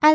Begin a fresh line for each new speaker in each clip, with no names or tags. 艾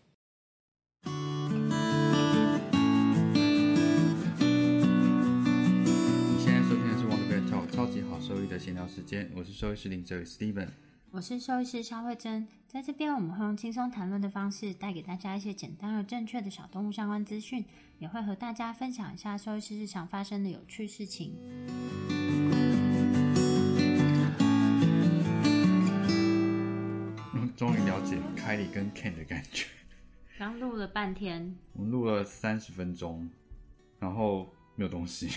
你现在收听的是《Wonder Vet Talk》超级好兽医的闲聊时间，我是兽医师林哲宇 Steven。
我是兽医师肖慧珍，在这边我们会用轻松谈论的方式，带给大家一些简单而正确的小动物相关资讯，也会和大家分享一下兽医师日常发生的有趣事情。
终于了解凯里跟 Ken 的感觉。
刚录了半天，
我们录了三十分钟，然后没有东西。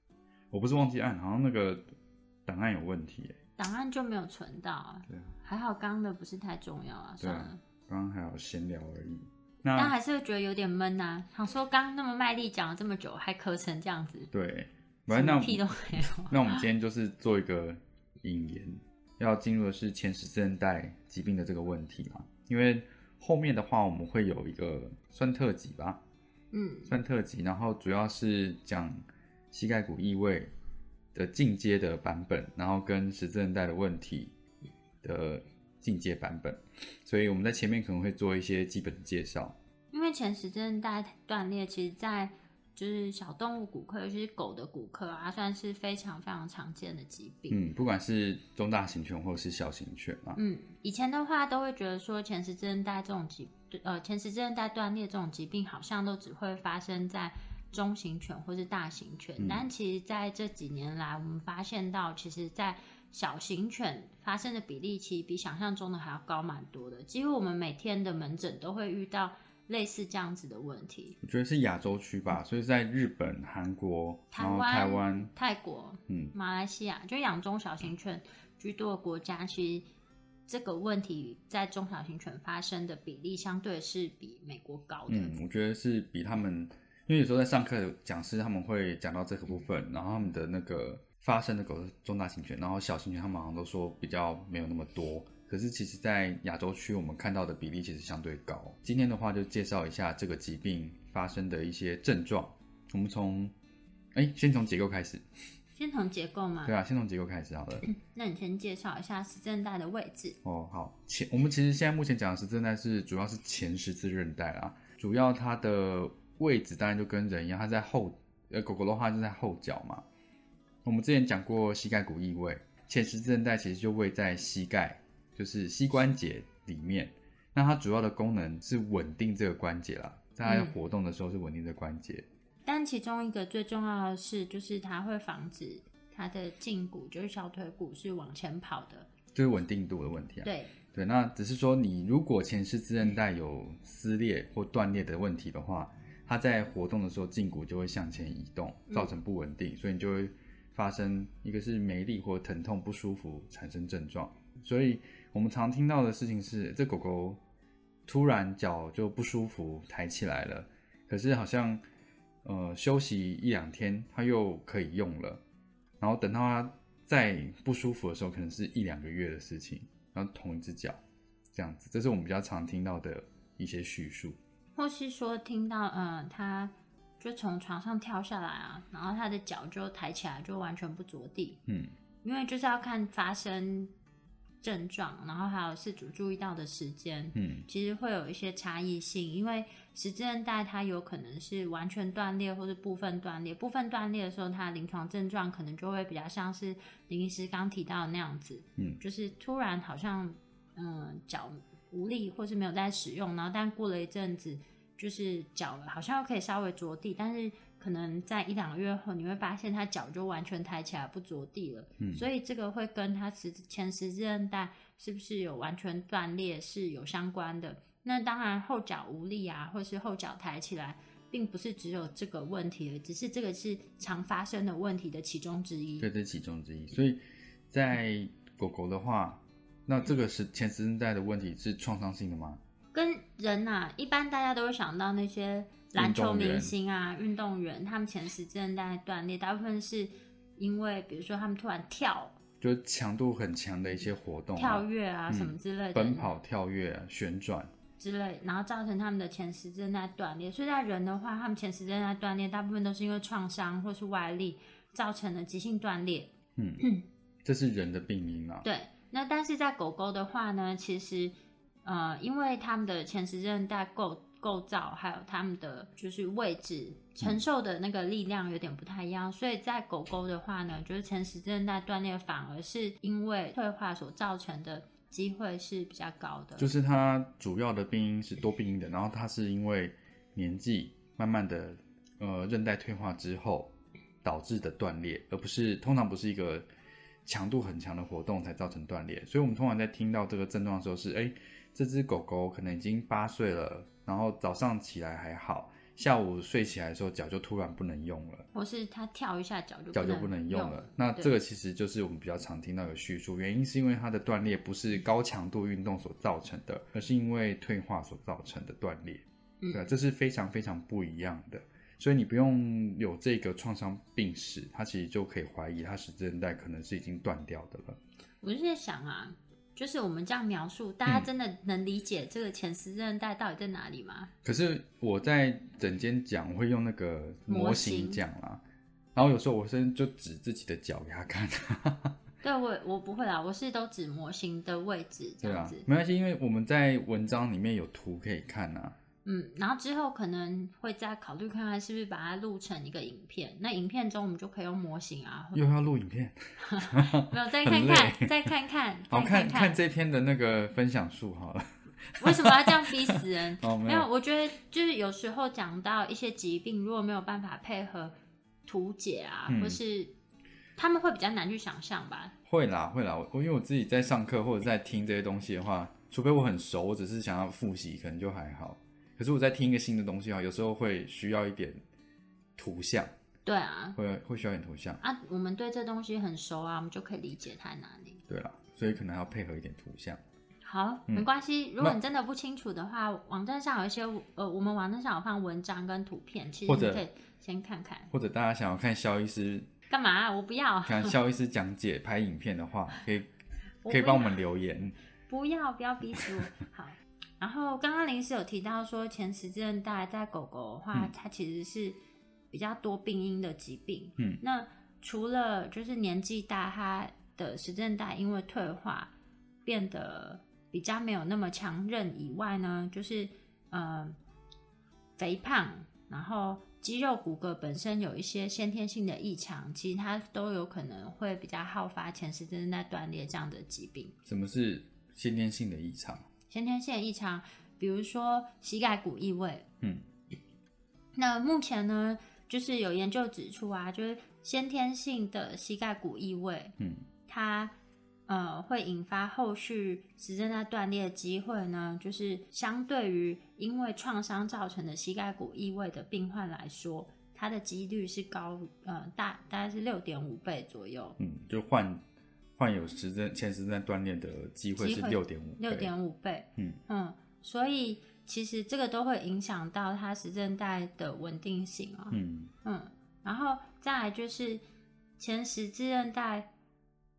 我不是忘记按，好像那个档案有问题耶。
档案就没有存到啊。
对啊，
还好刚的不是太重要啊，
对
算
啊
了。
刚刚还有闲聊而已。
但
那
还是会觉得有点闷呐、想说刚那么卖力讲了这么久，还咳成这样子，
对，反
什
正那
么
我
屁都
们
没 有。
那我们今天就是做一个引言，要进入的是前十字韧带疾病的这个问题嘛，因为后面的话我们会有一个算特辑吧，
嗯，
算特辑，然后主要是讲膝盖骨异位的进阶的版本，然后跟十字韧带的问题的进阶版本，所以我们在前面可能会做一些基本的介绍。
因为前十字韧带断裂，其实在就是小动物骨科，尤其是狗的骨科啊，算是非常非常常见的疾病。
嗯，不管是中大型犬或者是小型犬啊嘛，
嗯，以前的话都会觉得说前十字韧带这种疾，呃，前十字韧带断裂这种疾病好像都只会发生在中型犬或是大型犬，
嗯
但其实在这几年来，我们发现到其实，在小型犬发生的比例其实比想象中的还要高蛮多的，几乎我们每天的门诊都会遇到类似这样子的问题。
我觉得是亚洲区吧，所以在日本、韩国，然后台
台
湾，
泰国、
嗯，
马来西亚，就养中小型犬居多的国家，其实这个问题在中小型犬发生的比例相对是比美国高的。
嗯，我觉得是比他们，因为有时候在上课，讲师他们会讲到这个部分，然后他们的那个发生的狗是重大型犬，然后小型犬他们好像都说比较没有那么多，可是其实，在亚洲区我们看到的比例其实相对高。今天的话就介绍一下这个疾病发生的一些症状，我们从，哎，先从结构开始，
先从结构嘛，
对啊，先从结构开始好了。
那你先介绍一下十字韧带的位置。
哦，好，前我们其实现在目前讲的十字韧带是主要是前十字韧带啦，主要它的位置当然就跟人一样，它在后，呃，狗狗的话就在后脚嘛。我们之前讲过膝盖骨异位，前十字韧带其实就位在膝盖，就是膝关节里面。那它主要的功能是稳定这个关节啦，在它
嗯
活动的时候是稳定这个关节。
但其中一个最重要的是，就是它会防止它的胫骨，就是小腿骨是往前跑的。
就是稳定度的问题啊，
对，
对，那只是说你如果前十字韧带有撕裂或断裂的问题的话，它在活动的时候胫骨就会向前移动，造成不稳定，所以你就会发生一个是没力或疼痛不舒服产生症状。所以我们常听到的事情是，这狗狗突然脚就不舒服，抬起来了，可是好像呃休息一两天，它又可以用了，然后等到它再不舒服的时候，可能是一两个月的事情。然后同一只脚这样子，这是我们比较常听到的一些叙述。
或是说听到嗯，它就从床上跳下来啊，然后它的脚就抬起来，就完全不着地。
嗯，
因为就是要看发生症状，然后还有事主注意到的时间，
嗯，
其实会有一些差异性。因为十字韧带它有可能是完全断裂或是部分断裂，部分断裂的时候，它临床症状可能就会比较像是林医师刚提到的那样子，
嗯
就是突然好像嗯脚无力或是没有在使用，然后但过了一阵子。就是脚好像可以稍微着地，但是可能在一两个月后，你会发现它脚就完全抬起来不着地了。
嗯
所以这个会跟它十字前十字韧带是不是有完全断裂是有相关的。那当然后脚无力啊，或是后脚抬起来，并不是只有这个问题而已，只是这个是常发生的问题的其中之一。
对，这是其中之一。所以在狗狗的话，那这个是前十字韧带的问题是创伤性的吗？
跟人呐、一般大家都会想到那些篮球
运动员
明星啊、运动员，他们前十字韧带断裂，大部分是因为比如说他们突然跳、
就是强度很强的一些活动、
跳
啊，
跃啊、
嗯
什么之类的，
奔跑、跳跃、啊、旋转，
之类，然后造成他们的前十字韧带断裂。所以在人的话，他们前十字韧带断裂大部分都是因为创伤或是外力造成的急性断裂。
嗯
嗯
这是人的病因啊。
对，那但是在狗狗的话呢，其实呃，因为它们的前十字韧带构构造，还有它们的就是位置承受的那个力量有点不太一样，所以在狗狗的话呢，就是前十字韧带断裂反而是因为退化所造成的机会是比较高的。
就是它主要的病因是多病因的，然后它是因为年纪慢慢的呃韧带退化之后导致的断裂，而不是通常不是一个强度很强的活动才造成断裂。所以我们通常在听到这个症状的时候是，哎、这只狗狗可能已经八岁了，然后早上起来还好，下午睡起来的时候脚就突然不能用了。
或是它跳一下脚就
脚就不
不
能
能
用
用
了。那
对
这个其实就是我们比较常听到有叙述，原因是因为它的断裂不是高强度运动所造成的，而是因为退化所造成的断裂。
嗯
对啊，这是非常非常不一样的。所以你不用有这个创伤病史，它其实就可以怀疑它十字韧带可能是已经断掉的了。
我就在想啊，就是我们这样描述，大家
嗯
真的能理解这个前十字韧带到底在哪里吗？
可是我在整间讲，我会用那个模
模
型
型
讲啦，然后有时候我甚至就指自己的脚给他看。啊
对我我不会啦，我是都指模型的位置这
对
样
啊
子，，
没关系，因为我们在文章里面有图可以看啊。
嗯，然后之后可能会再考虑看看是不是把它录成一个影片，那影片中我们就可以用模型啊，
又要录影片，
没有再
很
看
累
看，再看看，
好
再
看看
看，
这篇的那个分享数好了。
为什么要这样逼死 人？
哦，没
没有，
有，
我觉得就是有时候讲到一些疾病，如果没有办法配合图解啊，
嗯
或是他们会比较难去想象吧，
会啦会啦，我我因为我自己在上课或者在听这些东西的话，除非我很熟，我只是想要复习，可能就还好。可是我在听一个新的东西啊，有时候会需要一点图像，
对啊，
会会需要一点图像，
啊，我们对这东西很熟啊，我们就可以理解它在哪里。
对啦，所以可能还要配合一点图像。
好，没
嗯
关系。如果你真的不清楚的话，网站上有一些呃，我们网站上有放文章跟图片，其实
或
你
者
可以先看看。
或者大家想要看肖医师
干嘛啊、我不要，
看肖医师讲解拍影片的话，可以
我
可以
不
帮我
要
们留言。
不要，不要逼 死我。好，然后刚刚临时有提到说前十字韧带在狗狗的话，
嗯
它其实是比较多病因的疾病。
嗯，
那除了就是年纪大，它的十字韧带因为退化变得比较没有那么强韧以外呢，就是呃肥胖，然后。肌肉骨骼本身有一些先天性的异常，其实它都有可能会比较好发前十字韧带断裂这样的疾病。
什么是先天性的异常？
先天性的异常，比如说膝盖骨异位。
嗯，
那目前呢，就是有研究指出啊，就是先天性的膝盖骨异位，
嗯，
它呃会引发后续时韧带断裂的机会呢，就是相对于因为创伤造成的膝盖骨异位的病患来说，它的几率是高，呃大大概是六点五倍左右，
嗯，就患患有实证前十证锻炼的机会是
机会
六点五，
六点五倍，
嗯
所以其实这个都会影响到它时韧带的稳定性啊、
嗯，
嗯，然后再来就是前十字韧带，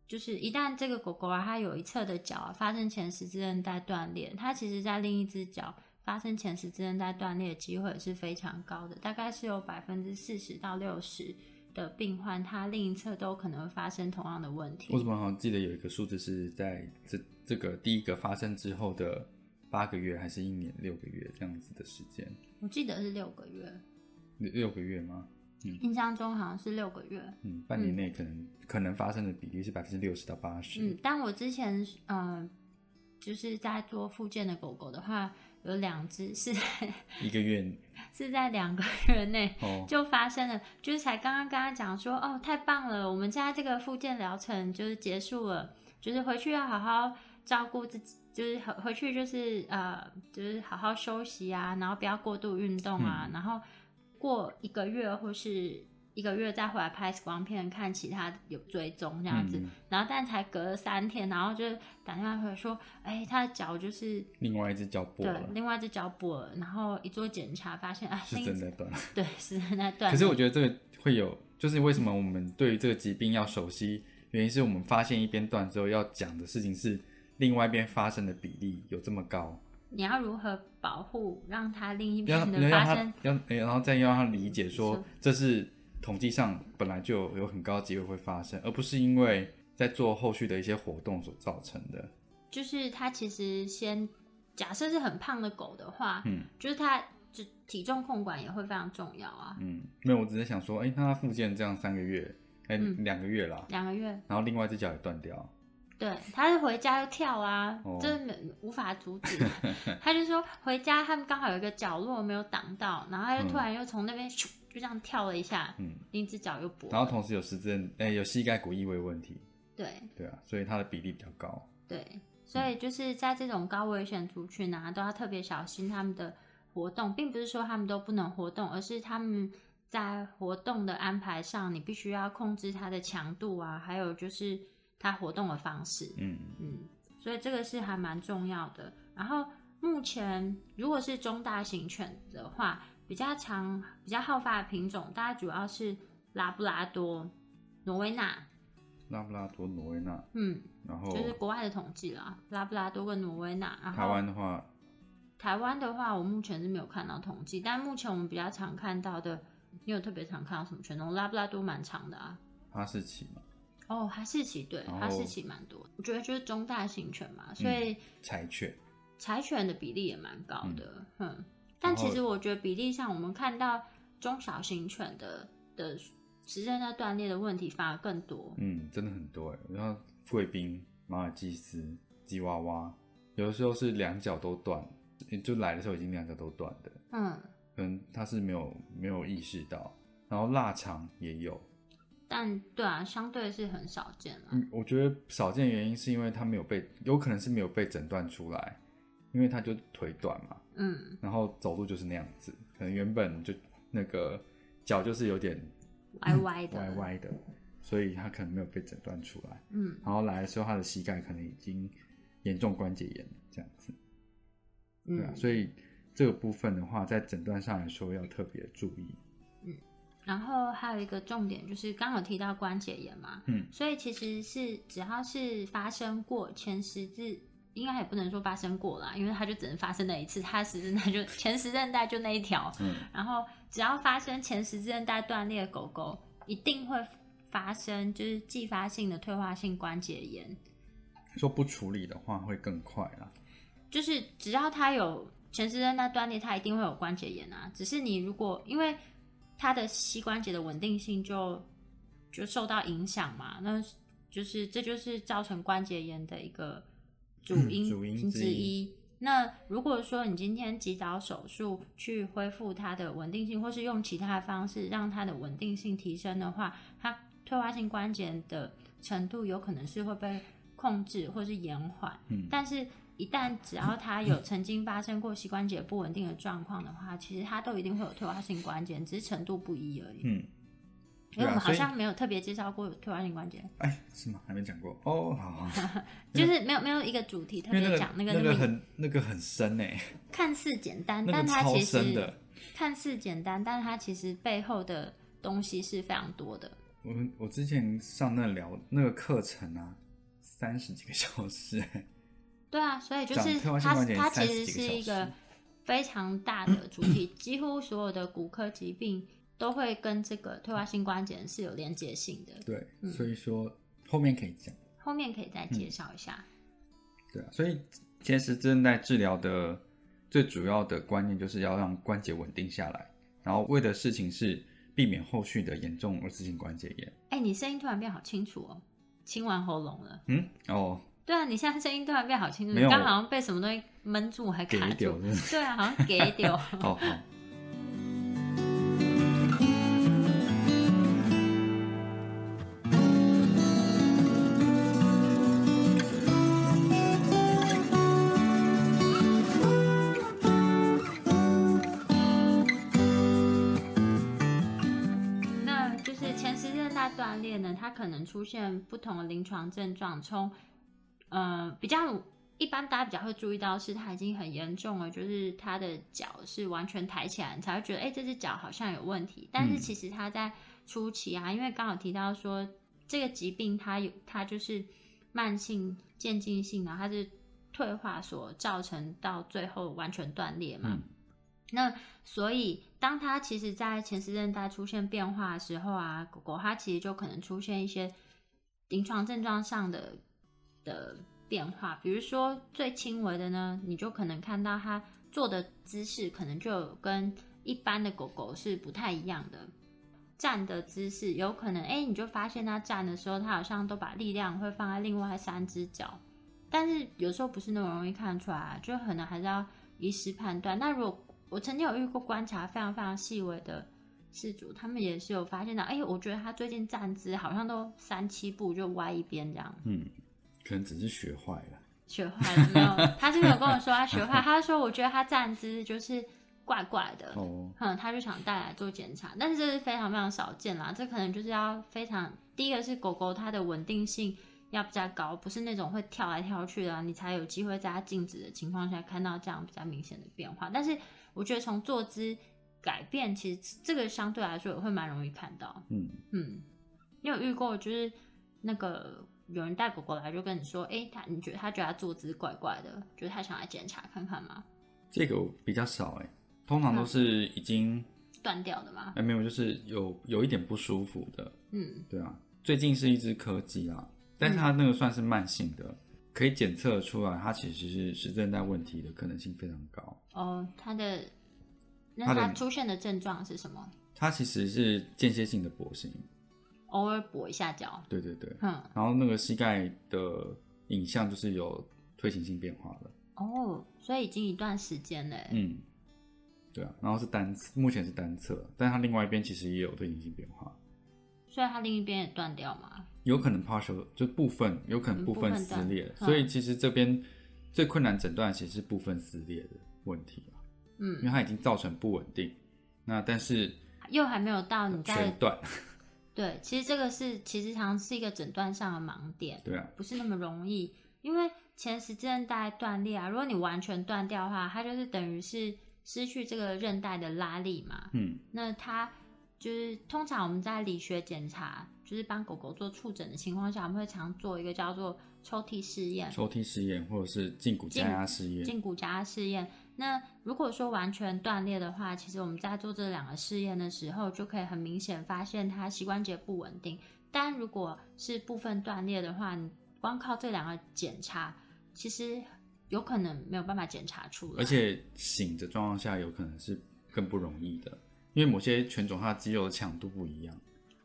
就是一旦这个狗狗啊，它有一侧的脚、啊、发生前十字韧带断裂，它其实在另一只脚发生前十字韧带断裂的机会是非常高的，大概是有百分之四十到六十的病患，它另一侧都可能会发生同样的问题。
我怎么好像记得有一个数字是在这这个第一个发生之后的八个月还是一年六个月这样子的时间，
我记得是六个月，
六六个月吗？
印象中好像是六个月。
嗯，半年内可能、可能发生的比例是百分之六十到八十、
嗯，但我之前呃，就是在做复健的狗狗的话，有两只是
一个月
是在两个月内
哦，
就发生了，就是才刚刚跟他讲说，哦，太棒了，我们现在这个复健疗程就是结束了，就是回去要好好照顾自己。就是回回去就是呃，就是好好
嗯
休息啊，然后不要过度运动啊，然后过一个月或是一个月再回来拍 X 光片，看其他有追踪这样子。
嗯
然后但才隔了三天，然后就打电话回来说，哎、他的脚就是
另外一只脚跛
对
了，
另外一只脚跛了，然后一做检查发现，哎，
是
另一
真
只
的断。
对是正在断。
可是我觉得这个会有，就是为什么我们对于这个疾病要熟悉，原因是我们发现一边断之后要讲的事情是另外一边发生的比例有这么高，
你要如何保护，让它另一
要
边
要
的
让
发生
他要，哎然后再要让他理解说
是
这是统计上本来就有有很高的机会会发生，而不是因为在做后续的一些活动所造成的。
就是它其实先假设是很胖的狗的话，
嗯，
就是它就体重控管也会非常重要啊。
嗯，没有，我只是想说，哎、那他复健这样三个月，哎、
嗯
两、个月啦，
两个月，
然后另外一只脚也断掉，
对，它是回家就跳啊
哦，
这、没无法阻止。 它就说回家，他们刚好有一个角落没有挡到，然后它就突然又从那边咻就这样跳了一下，
嗯，
另一只脚又跛
然后
了。
同时有失智症，哎、有膝盖骨异位问题，
对
对啊，所以它的比例比较高。
对，所以就是在这种高危险族群啊，都要特别小心他们的活动，并不是说他们都不能活动，而是他们在活动的安排上，你必须要控制它的强度啊，还有就是它活动的方式。
嗯，
嗯，所以这个是还蛮重要的。然后目前如果是中大型犬的话，比较常、比较好发的品种，大家主要是拉布拉多、挪威纳，
拉布拉多、挪威纳，
嗯，
然后
就是国外的统计啦，拉布拉多跟挪威纳。然后
哦台湾的话，
台湾的话，我目前是没有看到统计，但目前我们比较常看到的，你有特别常看到什么犬种？拉布拉多蛮长的啊。
哈士奇嘛，
哦，哈士奇对，
然
哈
后
士奇蛮多，我觉得就是中大型犬嘛，所
嗯
以、
柴犬，
柴犬的比例也蛮高的，嗯，但其实我觉得比例上，我们看到中小型犬的的时间在断裂的问题反而更多，
嗯，真的很多哎、然后贵宾、马尔济斯、吉娃娃，有的时候是两脚都断，就来的时候已经两脚都断的，
嗯，
可能它是没有没有意识到。然后腊肠也有，
但对啊，相对是很少见了，
嗯，我觉得少见的原因是因为它没有被，有可能是没有被诊断出来，因为它就腿短嘛，
嗯，
然后走路就是那样子，可能原本就那个脚就是有点
歪歪的，
嗯歪，歪的，所以他可能没有被诊断出来。
嗯，
然后来的时候，他的膝盖可能已经严重关节炎这样子，对啊，
嗯，
所以这个部分的话，在诊断上来说要特别注意。
然后还有一个重点就是刚有提到关节炎嘛，
嗯，
所以其实是只要是发生过前十字。应该也不能说发生过啦，因为它就只能发生那一次，它十韧带就前十韧带就那一 条，
嗯，
然后只要发生前十字韧带断裂的狗狗，一定会发生就是继发性的退化性关节炎，
说不处理的话会更快啦。
就是只要它有前十字韧带断裂，它一定会有关节炎啊。只是你如果因为它的膝关节的稳定性就就受到影响嘛，那就是这就是造成关节炎的一个主因
嗯主因之一
那如果说你今天及早手术去恢复它的稳定性，或是用其他的方式让它的稳定性提升的话，它退化性关节的程度有可能是会被控制或是延缓。
嗯
但是，一旦只要它有曾经发生过膝关节不稳定的状况的话，其实它都一定会有退化性关节，只是程度不一而已。
嗯，
因为我
对啊
们好
所以
像没有特别介绍过退化性关节，
哎，是吗？还没讲过哦，好好，
就是没有没有一个主题特
因为那
别
个
讲那个
那个
么
很那个很深呢、欸
看似简单，
那
但
个
它
超
其
深
实
的。
看似简单，但它其实背后的东西是非常多的。
我们我之前上那聊那个课程啊，三十几个小时、
对啊，所以就
讲
是
退化性
它
关节
它其
30
实
几个
是
小
一个
时
非常大的主题，几乎所有的骨科疾病都会跟这个退化性关节是有连接性的。
对，
嗯
所以说后面可以讲。
后面可以
嗯
再介绍一下。
对啊，所以前十字韧带治疗的最主要的观念就是要让关节稳定下来，然后为的事情是避免后续的严重二次性关节炎。
哎、你声音突然变好清楚哦，清完喉咙了。
嗯，哦，
对啊，你现在声音突然变好清楚，
没
你
有
刚好像被什么东西闷住还
给
卡
丢
住
是不。是
对啊，好像给 丢。
哦好。
那就断裂呢，它可能出现不同的临床症状，从呃比较一般大家比较会注意到是它已经很严重了，就是它的脚是完全抬起来，你才会觉得哎、这只脚好像有问题。但是
嗯
其实它在初期啊，因为刚好提到说这个疾病它有它就是慢性渐进性的，它是退化所造成到最后完全断裂嘛。
嗯
那所以，当它其实，在前十韧带出现变化的时候啊，狗狗它其实就可能出现一些临床症状上的的变化，比如说最轻微的呢，你就可能看到它坐的姿势可能就有跟一般的狗狗是不太一样的，站的姿势有可能，哎、你就发现它站的时候，它好像都把力量会放在另外三只脚，但是有时候不是那么容易看出来啊，就可能还是要医师判断。那如果我曾经有遇过观察非常非常细微的事主，他们也是有发现到，哎、我觉得他最近站姿好像都三七步就歪一边这样。
嗯，可能只是学坏了。
学坏了没有？他是没有跟我说他学坏，他说我觉得他站姿就是怪怪的，
哦，
嗯，他就想带来做检查，但是这是非常非常少见啦，这可能就是要非常第一个是狗狗它的稳定性要比较高，不是那种会跳来跳去的啊、你才有机会在它静止的情况下看到这样比较明显的变化。但是我觉得从坐姿改变，其实这个相对来说也会蛮容易看到。
嗯，
嗯，你有遇过就是那个有人带狗狗来就跟你说，哎、他你觉得他觉得他坐姿怪怪的，就是他想来检查看看吗？
这个我比较少哎、通常都是已经
断掉的吗？
哎、没有，就是有有一点不舒服的，
嗯
对啊。最近是一只柯基啊，但是它那个算是慢性的，可以检测出来它其实是实韧带问题的可能性非常高。
哦，他的那
他的
他出现的症状是什么？
它其实是间歇性的跛行，
偶尔跛一下脚，
对对对。
嗯，
然后那个膝盖的影像就是有推行性变化了，
哦，所以已经一段时间了欸，
嗯，对啊。然后是单侧，目前是单侧，但它另外一边其实也有推行性变化。
所以他另一边也断掉嘛，
有可能 partial 就部分，有可能部分撕
嗯，
裂
部分断
所以其实这边最困难诊断其实是部分撕裂的问题啊，因为
嗯，
它已经造成不稳定，那但是
又还没有到你
全
在
断，
对，其实这个是其实常常是一个诊断上的盲点，
对啊，
不是那么容易，因为前十字韧带断裂啊，如果你完全断掉的话，它就是等于是失去这个韧带的拉力嘛。
嗯，
那它就是通常我们在理学检查，就是帮狗狗做触诊的情况下，我们会常做一个叫做抽屉试验、
抽屉试验或者是胫骨加压试验，
胫骨夹试验。那如果说完全断裂的话，其实我们在做这两个试验的时候，就可以很明显发现它膝关节不稳定。但如果是部分断裂的话，你光靠这两个检查，其实有可能没有办法检查出来。
而且醒的状况下有可能是更不容易的，因为某些犬种它的肌肉的强度不一样，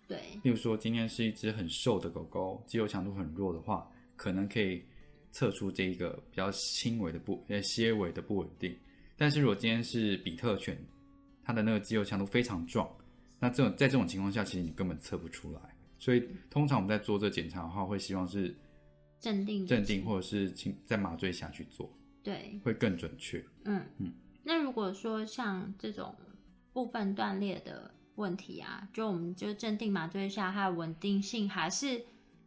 对，
例如说今天是一只很瘦的狗狗，肌肉强度很弱的话，可能可以测出这一个比较轻微的不呃些微的不稳定。但是如果今天是比特犬，它的那个肌肉强度非常壮，那这种在这种情况下，其实你根本测不出来。所以通常我们在做这检查的话，会希望是
镇定
镇定或者是轻在麻醉下去做，
对，
会更准确。
嗯
嗯，
那如果说像这种部分断裂的问题啊，就我们就镇定麻醉下，它的稳定性还是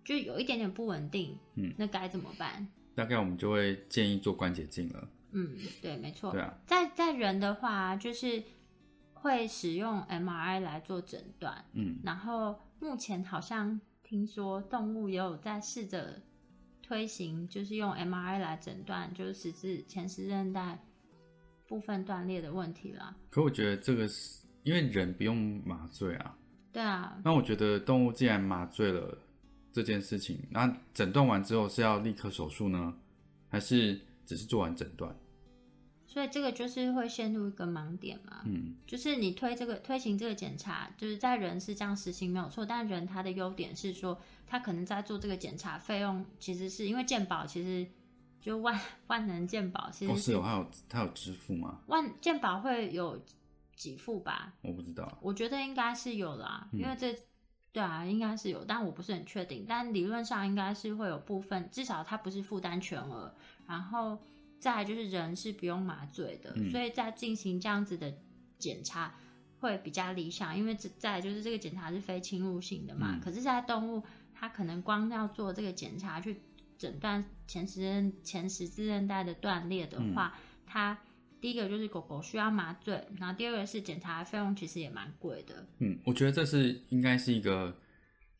就有一点点不稳定，
嗯，
那该怎么办？
大概我们就会建议做关节镜了，
嗯，对，没错
对，啊，
在在人的话啊、就是会使用 MRI 来做诊断，
嗯，
然后目前好像听说动物也有在试着推行，就是用 MRI 来诊断，就是十字前十字韧带部分断裂的问题啦。
可我觉得这个是因为人不用麻醉啊，
对啊，
那我觉得动物既然麻醉了这件事情，那诊断完之后是要立刻手术呢，还是只是做完诊断？
所以这个就是会陷入一个盲点嘛，
嗯，
就是你推这个推行这个检查，就是在人是这样实行没有错，但人他的优点是说，他可能在做这个检查费用其实是因为健保其实就万万能健保，其
哦
实
是有，还有它有支付吗？
万健保会有给付吧，
我不知道。啊
我觉得应该是有啦，因为这、对啊，应该是有，但我不是很确定。但理论上应该是会有部分，至少它不是负担全额。然后再来就是人是不用麻醉的，
嗯
所以在进行这样子的检查，会比较理想，因为这再来就是这个检查是非侵入性的嘛。
嗯
可是，在动物，它可能光要做这个检查去诊断前十字韧前十字韧带的断裂的
嗯
话，它第一个就是狗狗需要麻醉，然后第二个是检查的费用其实也蛮贵的，
嗯，我觉得这是应该是一个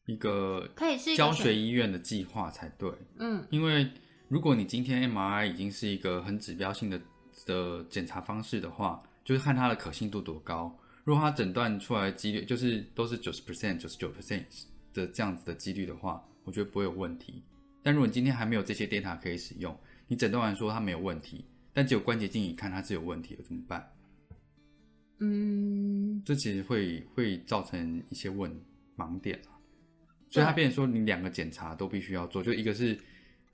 一个
可以是一个
教
选
学医院的计划才对，
嗯，
因为如果你今天 MRI 已经是一个很指标性的的检查方式的话，就是看它的可信度多高。如果它诊断出来的几率就是都是九十 percent、九十九 percent 的这样子的几率的话，我觉得不会有问题。但如果你今天还没有这些 data 可以使用，你诊断完说它没有问题，但只有关节镜一看它是有问题的，怎么办？
嗯，
这其实会会造成一些问盲点啊，所以它变成说你两个检查都必须要做，就一个是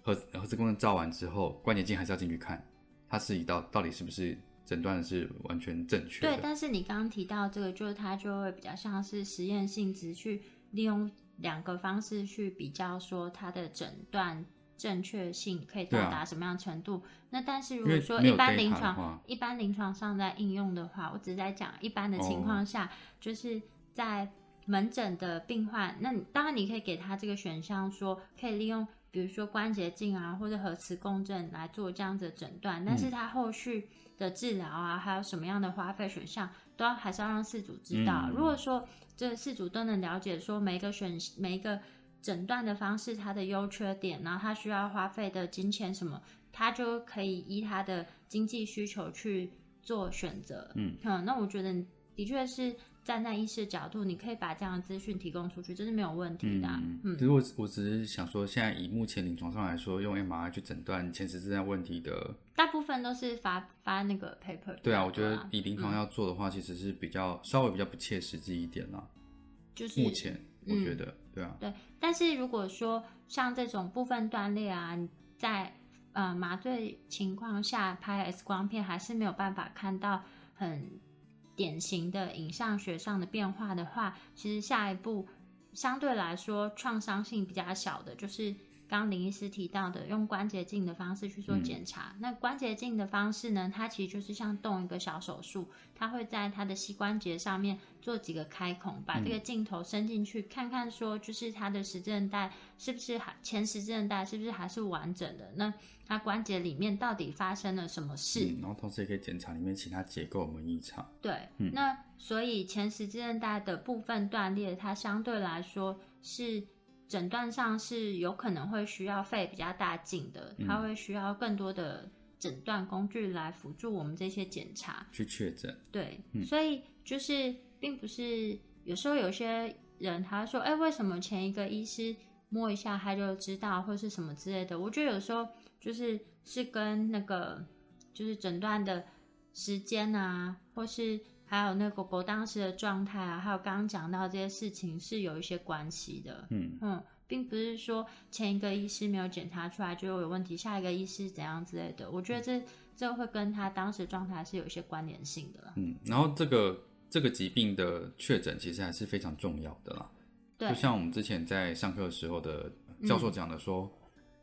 核核磁共振照完之后，关节镜还是要进去看，它是一道到底是不是诊断的是完全正确
对，
的，
但是你刚刚提到这个，就是它就会比较像是实验性质，去利用两个方式去比较，说它的诊断正确性可以到
对啊
达什么样的程度。那但是如
因
果
为
说
没
一
有
般
data
临
的
床
话，
一般临床上在应用的话，我只是在讲一般的情况下，就是在门诊的病患，那你当然你可以给他这个选项说可以利用。比如说关节镜啊，或者核磁共振来做这样子的诊断，但是他后续的治疗啊，还有什么样的花费选项，都要还是要让事主知道。
嗯
如果说这事主都能了解说每一个选每一个诊断的方式它的优缺点，然后他需要花费的金钱什么，他就可以依他的经济需求去做选择。
嗯
那我觉得你的确是站在医师角度，你可以把这样的资讯提供出去，这是没有问题的啊、
嗯，其实我我只是想说，现在以目前临床上来说，用 MRI 去诊断前十字带问题的
大部分都是发发那个 paper
对啊，
的
我觉得
啊
以临床要做的话，其实是比较稍微比较不切实际一点啦。
就是嗯
目前我觉得，对啊，
对，但是如果说像这种部分断裂啊，你在呃麻醉情况下拍 X 光片还是没有办法看到很典型的影像学上的变化的话，其实下一步相对来说创伤性比较小的，就是刚林医师提到的用关节镜的方式去做
嗯
检查。那关节镜的方式呢，它其实就是像动一个小手术，它会在它的膝关节上面做几个开孔，把这
嗯
个镜头伸进去，看看说就是它的十字韧带是不是还前十字韧带是不是还是完整的，那它关节里面到底发生了什么事？
嗯，然后同时也可以检查里面其他结构有没有异常。
对，
嗯
那所以前十字韧带的部分断裂，它相对来说是诊断上是有可能会需要费比较大劲的，
嗯
它会需要更多的诊断工具来辅助我们这些检查。
去确诊。
对，所以就是并不是有时候有些人他说，哎、为什么前一个医师摸一下他就知道，或是什么之类的？我觉得有时候就是是跟那个就是诊断的时间啊，或是还有那狗狗当时的状态啊，还有刚刚讲到这些事情是有一些关系的。
嗯
嗯，并不是说前一个医师没有检查出来就有问题，下一个医师怎样之类的。我觉得这这会跟他当时状态是有一些关联性的啦。
嗯，然后这个这个疾病的确诊其实还是非常重要的啦。
对嗯
就，像我们之前在上课的时候的教授讲的说，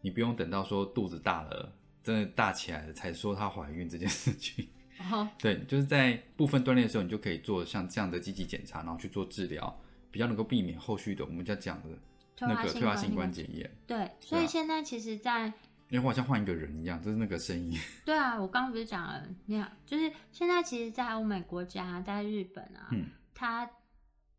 你不用等到说肚子大了，真的大起来了才说她怀孕这件事情。
然后
对，就是在部分锻炼的时候，你就可以做像这样的积极检查，然后去做治疗，比较能够避免后续的我们在讲的
退
那
化
个
性
退化性关
关节
节炎。
对，所以
啊
现在其实在，
因为我好像换一个人一样，就是那个声音。
对啊，我刚刚不是讲了，你看，就是现在其实，在欧美国家，在日本啊，
嗯
它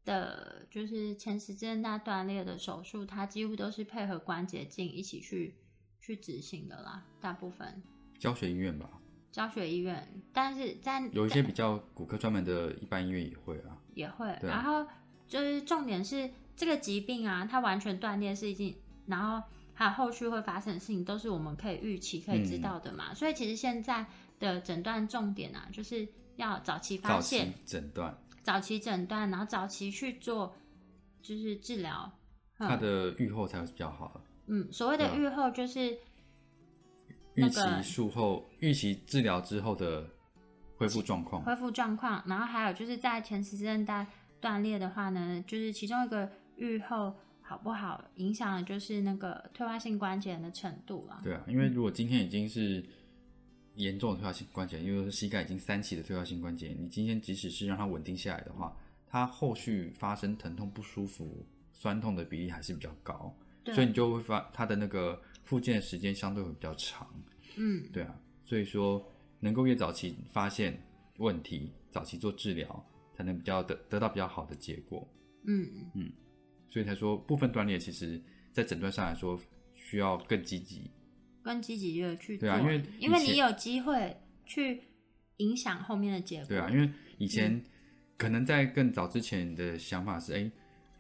的就是前十字韧带断裂的手术，它几乎都是配合关节镜一起去去执行的啦，大部分
教学医院吧，
教学医院，但是在
有一
在
些比较骨科专门的一般医院也会啊。
也会。
对啊
然后就是重点是这个疾病啊，它完全断裂是一件，然后还有后续会发生的事情，都是我们可以预期、可以
嗯
知道的嘛。所以其实现在的诊断重点啊，就是要早期发
早期
现、
诊断，
早期诊断，然后早期去做就是治疗。
它的预后才是比较好啊的。
嗯，所谓的预后就是
预
那
期
个
术后、预期治疗之后的恢复状况，
恢复状况，然后还有就是在前十字韧带断裂的话呢，就是其中一个愈后好不好，影响的就是那个退化性关节炎的程度啊。
对啊，因为如果今天已经是严重的退化性关节炎，因为说膝盖已经三期的退化性关节炎，你今天即使是让它稳定下来的话，它后续发生疼痛不舒服、酸痛的比例还是比较高，
对
所以你就会发它的那个复健的时间相对会比较长。
嗯，
对啊，所以说能够越早期发现问题，早期做治疗，才能比较得得到比较好的结果。
嗯，
所以才说部分断裂其实在诊断上来说需要更积极。
更积极的去做，
对啊因为
因为
以前
你有机会去影响后面的结果，
对啊，因为以前、可能在更早之前的想法是，哎，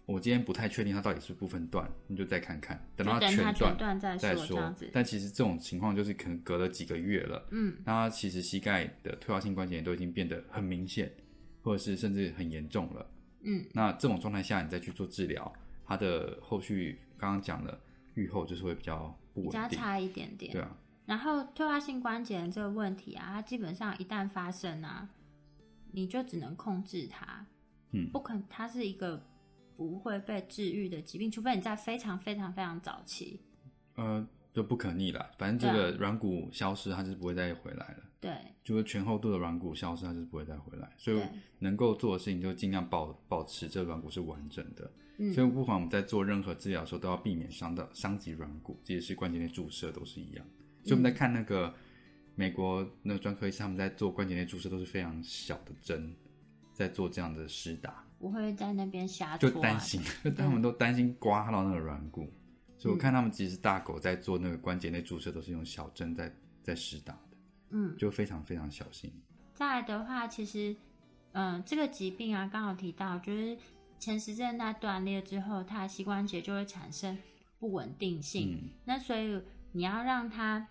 我今天不太确定它到底是部分断，你就再看看，等到
就
它
等它
全
全
断
断再
再
说，这样子，
但其实这种情况就是可能隔了几个月了。
嗯，
那它其实膝盖的退化性关节炎都已经变得很明显，或者是甚至很严重了。
嗯，
那这种状态下，你再去做治疗，它的后续刚刚讲了，愈后就是会比较不
比较
稳定。
差一点点
对。啊，
然后退化性关节炎这个问题啊，它基本上一旦发生啊，你就只能控制它，
嗯
不可能它是一个不会被治愈的疾病，除非你在非常非常非常早期。
呃，就不可逆了。反正这
对啊
个软骨消失，它就是不会再回来了。
对
就是全厚度的软骨消失，它就是不会再回来。所以
对
能够做的事情就尽量保保持这软骨是完整的。
嗯
所以不管我们在做任何治疗的时候，都要避免伤到伤及软骨，即使是关节内注射都是一样。所以我们在看那个美国那个专科医生，他们在做关节内注射都是非常小的针，在做这样的施打，
我会在那边瞎
就
戳、啊，
担心，他们都担心刮到那个软骨。所以我看他们其实大狗在做那个关节内注射，都是用小针在在施打的，
嗯，
就非常非常小心。
再来的话，其实，嗯、这个疾病啊，刚好提到，就是前十字韧带断裂之后，它的膝关节就会产生不稳定性。
嗯
那所以你要让它，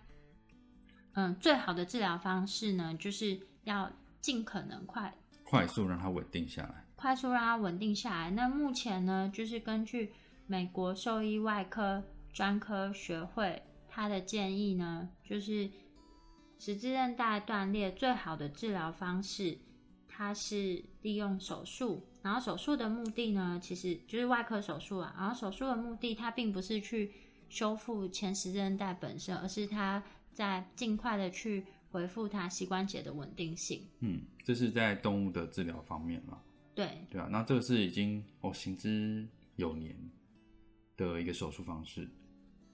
嗯、最好的治疗方式呢，就是要尽可能快
快速让它稳定下来。
快速让它稳定下来。那目前呢，就是根据美国兽医外科专科学会它的建议呢，就是十字韧带断裂最好的治疗方式，它是利用手术。然后手术的目的呢，其实就是外科手术啊。然后手术的目的，它并不是去修复前十字韧带本身，而是它在尽快的去恢复它膝关节的稳定性。
嗯，这是在动物的治疗方面啦，
对，
对啊，那这个是已经哦行之有年的一个手术方式。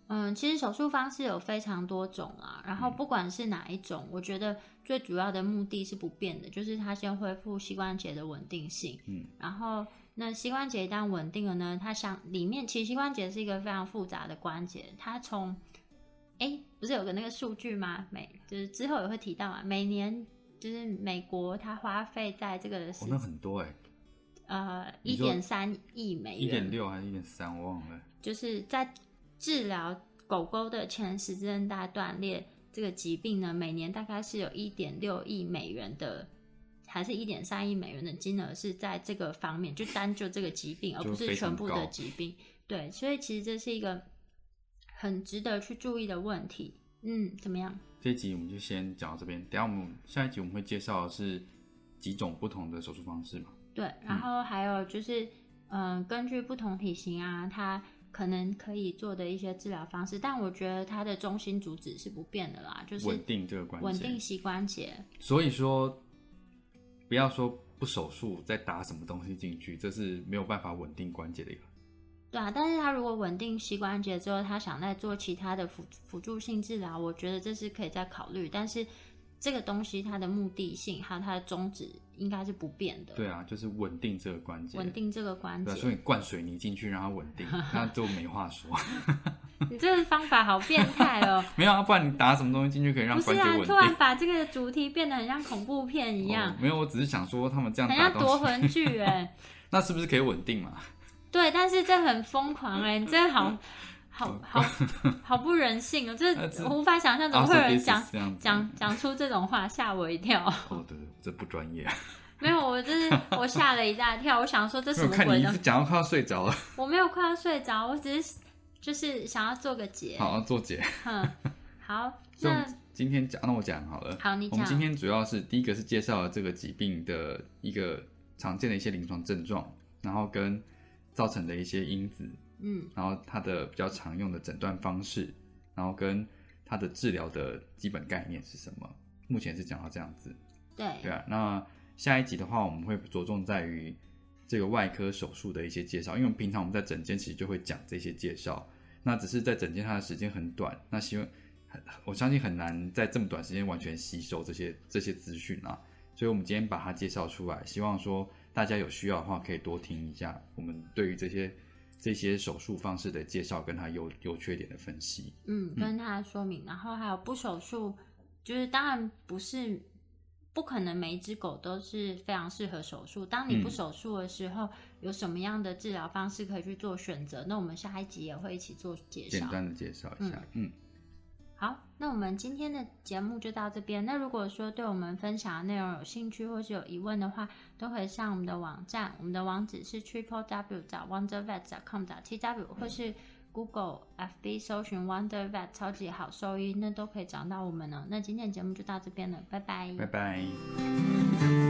嗯，其实手术方式有非常多种啊，然
嗯
后不管是哪一种，我觉得最主要的目的是不变的，就是它先恢复膝关节的稳定性。
嗯，
然后那膝关节一旦稳定了呢，它想里面其实膝关节是一个非常复杂的关节，它从哎不是有个那个数据吗？每就是之后也会提到嘛，每年就是美国它花费在这个
哦
是、，
那很多哎、
呃一
你说
点三亿美
一点
元，
六还是一点三，我忘了。
就是在治疗狗狗的前十字韧带断裂这个疾病呢，每年大概是有一点六亿美元的，还是一点三亿美元的金额是在这个方面，就单就这个疾病，而
就
不是
非常
全部的
高
疾病。对，所以其实这是一个很值得去注意的问题。嗯，怎么样？
这一集我们就先讲到这边，等一下我们下一集我们会介绍的是几种不同的手术方式嘛。
对，
嗯
然后还有就是，嗯、根据不同体型啊，它可能可以做的一些治疗方式，但我觉得它的中心主旨是不变的啦，就是
稳定这个关节，
稳定膝关节。
所以说，不要说不手术再打什么东西进去，这是没有办法稳定关节的一个。
对啊，但是他如果稳定膝关节之后，他想再做其他的辅辅助性治疗，我觉得这是可以再考虑。但是这个东西它的目的性还有它的宗旨应该是不变的，
对啊，就是稳定这个关节，
稳定这个关
对
节
啊，。所以你灌水泥进去让它稳定，那就没话说。
你这个方法好变态哦！
没有啊，不然你打什么东西进去可以 让
不
关
是
节
啊
稳，定？
突然把这个主题变得很像恐怖片一样
哦，没有，我只是想说他们这样
很
打
像夺
东西，
魂 剧哎、
那是不是可以稳定嘛？
对，但是这很疯狂哎、你这 好好好好不人性哦，这
啊这
我无法想象怎
然
么
后
会有人讲
这样子
讲讲出这种话，吓我一跳。
哦，对对，这不专业。
没有，我 就是我吓了一大跳，我想说这
没
什
有
么
看你
鬼
一
的
直，讲到快要睡 着了，
我没有快要睡着，我只是就是想要做个结。
好，做结。
哼，好，
所以我
那
们今天讲，那我讲好了。
好你
我们
讲
今天主要是第一个是介绍了这个疾病的一个常见的一些临床症状，然后跟造成的一些因子，
嗯
然后它的比较常用的诊断方式，然后跟它的治疗的基本概念是什么。目前是讲到这样子，
对
对啊。那下一集的话，我们会着重在于这个外科手术的一些介绍，因为我们平常我们在诊间其实就会讲这些介绍，那只是在诊间它的时间很短，那希望我相信很难在这么短时间完全吸收这些这些资讯啊，所以我们今天把它介绍出来，希望说大家有需要的话可以多听一下我们对于这些这些手术方式的介绍跟它优优缺点的分析。
嗯，跟大家说明，然后还有不手术，就是当然不是不可能每一只狗都是非常适合手术。当你不
嗯
手术的时候，有什么样的治疗方式可以去做选择？那我们下一集也会一起做介
简
绍。
单的介绍一下，嗯
好，那我们今天的节目就到这边。那如果说对我们分享的内容有兴趣或是有疑问的话，都可以上我们的网站，我们的网址是 triple w 找 wonder vet 找 com 找 t w 或是 Google FB 搜寻 Wonder Vet 超级好兽医，那都可以找到我们哦。那今天的节目就到这边了，拜拜
嗯拜拜。
拜